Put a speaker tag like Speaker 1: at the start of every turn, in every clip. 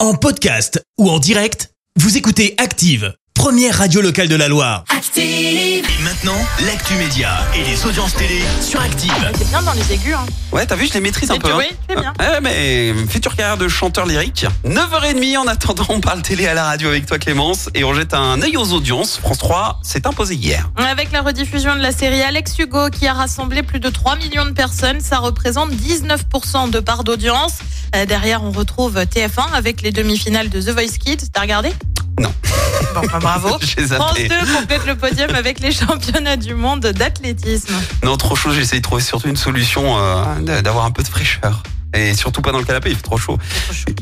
Speaker 1: En podcast ou en direct, vous écoutez Active, première radio locale de la Loire.
Speaker 2: Active,
Speaker 1: Et maintenant, l'actu média et les audiences télé sur Active.
Speaker 3: C'est bien dans les aigus. Hein.
Speaker 4: Ouais, t'as vu, je les maîtrise un
Speaker 3: Mais
Speaker 4: peu.
Speaker 3: tu-
Speaker 4: hein.
Speaker 3: oui, c'est bien.
Speaker 4: Ouais, mais future carrière de chanteur lyrique. 9h30 en attendant, on parle télé à la radio avec toi Clémence et on jette un œil aux audiences. France 3 s'est imposé hier.
Speaker 3: Avec la rediffusion de la série Alex Hugo qui a rassemblé plus de 3 millions de personnes, ça représente 19% de part d'audience. Euh, derrière, on retrouve TF1 avec les demi-finales de The Voice Kids. T'as regardé
Speaker 4: Non.
Speaker 3: Bon, bah, bravo.
Speaker 4: J'ai
Speaker 3: France 2
Speaker 4: zappé.
Speaker 3: complète le podium avec les championnats du monde d'athlétisme.
Speaker 4: Non, trop chaud, j'ai essayé de trouver surtout une solution euh, de- d'avoir un peu de fraîcheur. Et surtout pas dans le canapé, il fait trop chaud.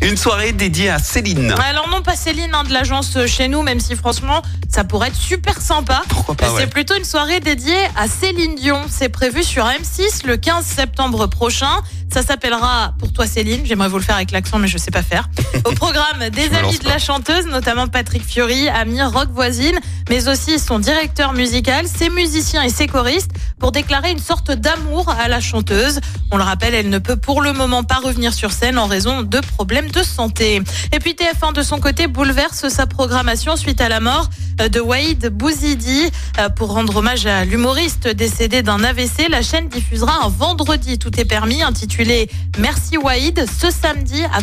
Speaker 4: Une soirée dédiée à Céline.
Speaker 3: Alors non pas Céline hein, de l'agence euh, chez nous, même si franchement ça pourrait être super sympa.
Speaker 4: Pourquoi
Speaker 3: Mais
Speaker 4: pas, ouais.
Speaker 3: C'est plutôt une soirée dédiée à Céline Dion. C'est prévu sur M6 le 15 septembre prochain. Ça s'appellera Pour toi Céline. J'aimerais vous le faire avec l'accent, mais je sais pas faire. Au programme des
Speaker 4: me lance
Speaker 3: amis de la chanteuse, notamment Patrick Fiori, Amir, Rock Voisine, mais aussi son directeur musical, ses musiciens et ses choristes pour déclarer une sorte d'amour à la chanteuse. On le rappelle, elle ne peut pour le moment pas revenir sur scène en raison de problèmes de santé. Et puis TF1 de son côté bouleverse sa programmation suite à la mort euh, de Waïd Bouzidi. Euh, Pour rendre hommage à l'humoriste décédé d'un AVC, la chaîne diffusera un vendredi tout est permis intitulé Merci Waïd ce samedi à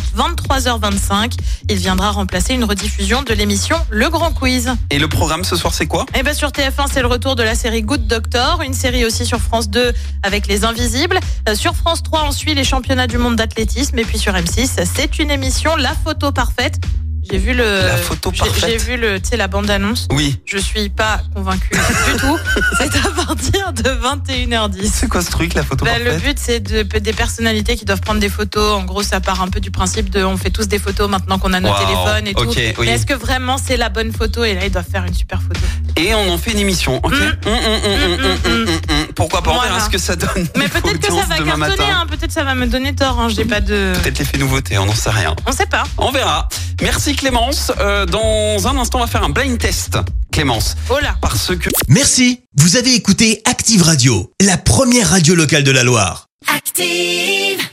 Speaker 3: 23h25. Il viendra remplacer une rediffusion de l'émission Le Grand Quiz.
Speaker 4: Et le programme ce soir, c'est quoi
Speaker 3: Et bien sur TF1, c'est le retour de la série Good Doctor, une série aussi sur France 2 avec Les Invisibles. Euh, Sur France 3, on suit les championnats du monde d'athlétisme. Et puis sur M6, c'est une émission La photo parfaite. J'ai vu le.
Speaker 4: La photo
Speaker 3: Euh, j'ai- J'ai
Speaker 4: parfaite.
Speaker 3: vu le, tu sais, la bande annonce.
Speaker 4: Oui.
Speaker 3: Je suis pas convaincue du tout. C'est à partir de 21h10.
Speaker 4: C'est quoi ce truc, la photo
Speaker 3: Bah, le
Speaker 4: parfaite
Speaker 3: but, c'est de, des personnalités qui doivent prendre des photos. En gros, ça part un peu du principe de on fait tous des photos maintenant qu'on a nos
Speaker 4: Waouh,
Speaker 3: téléphones et tout.
Speaker 4: ok, oui.
Speaker 3: Mais est-ce que vraiment c'est la bonne photo Et là, ils doivent faire une super photo.
Speaker 4: Et on en fait une émission, ok
Speaker 3: Mm.
Speaker 4: Mm, mm, mm, mm, mm, mm, mm, mm. Pourquoi pas On verra
Speaker 3: mmh, Voilà.
Speaker 4: ce que ça donne.
Speaker 3: Mais
Speaker 4: niveau
Speaker 3: peut-être que ça
Speaker 4: audience
Speaker 3: va
Speaker 4: demain
Speaker 3: cartonner.
Speaker 4: matin.
Speaker 3: hein. Peut-être ça va me donner tort. Hein. J'ai pas de.
Speaker 4: Peut-être l'effet nouveauté, on n'en sait rien.
Speaker 3: On sait pas.
Speaker 4: On verra. Merci Clémence. Euh, dans un instant, on va faire un blind test, Clémence.
Speaker 3: Oh là.
Speaker 4: Parce que
Speaker 1: Merci, vous avez écouté Active Radio, la première radio locale de la Loire.
Speaker 2: active.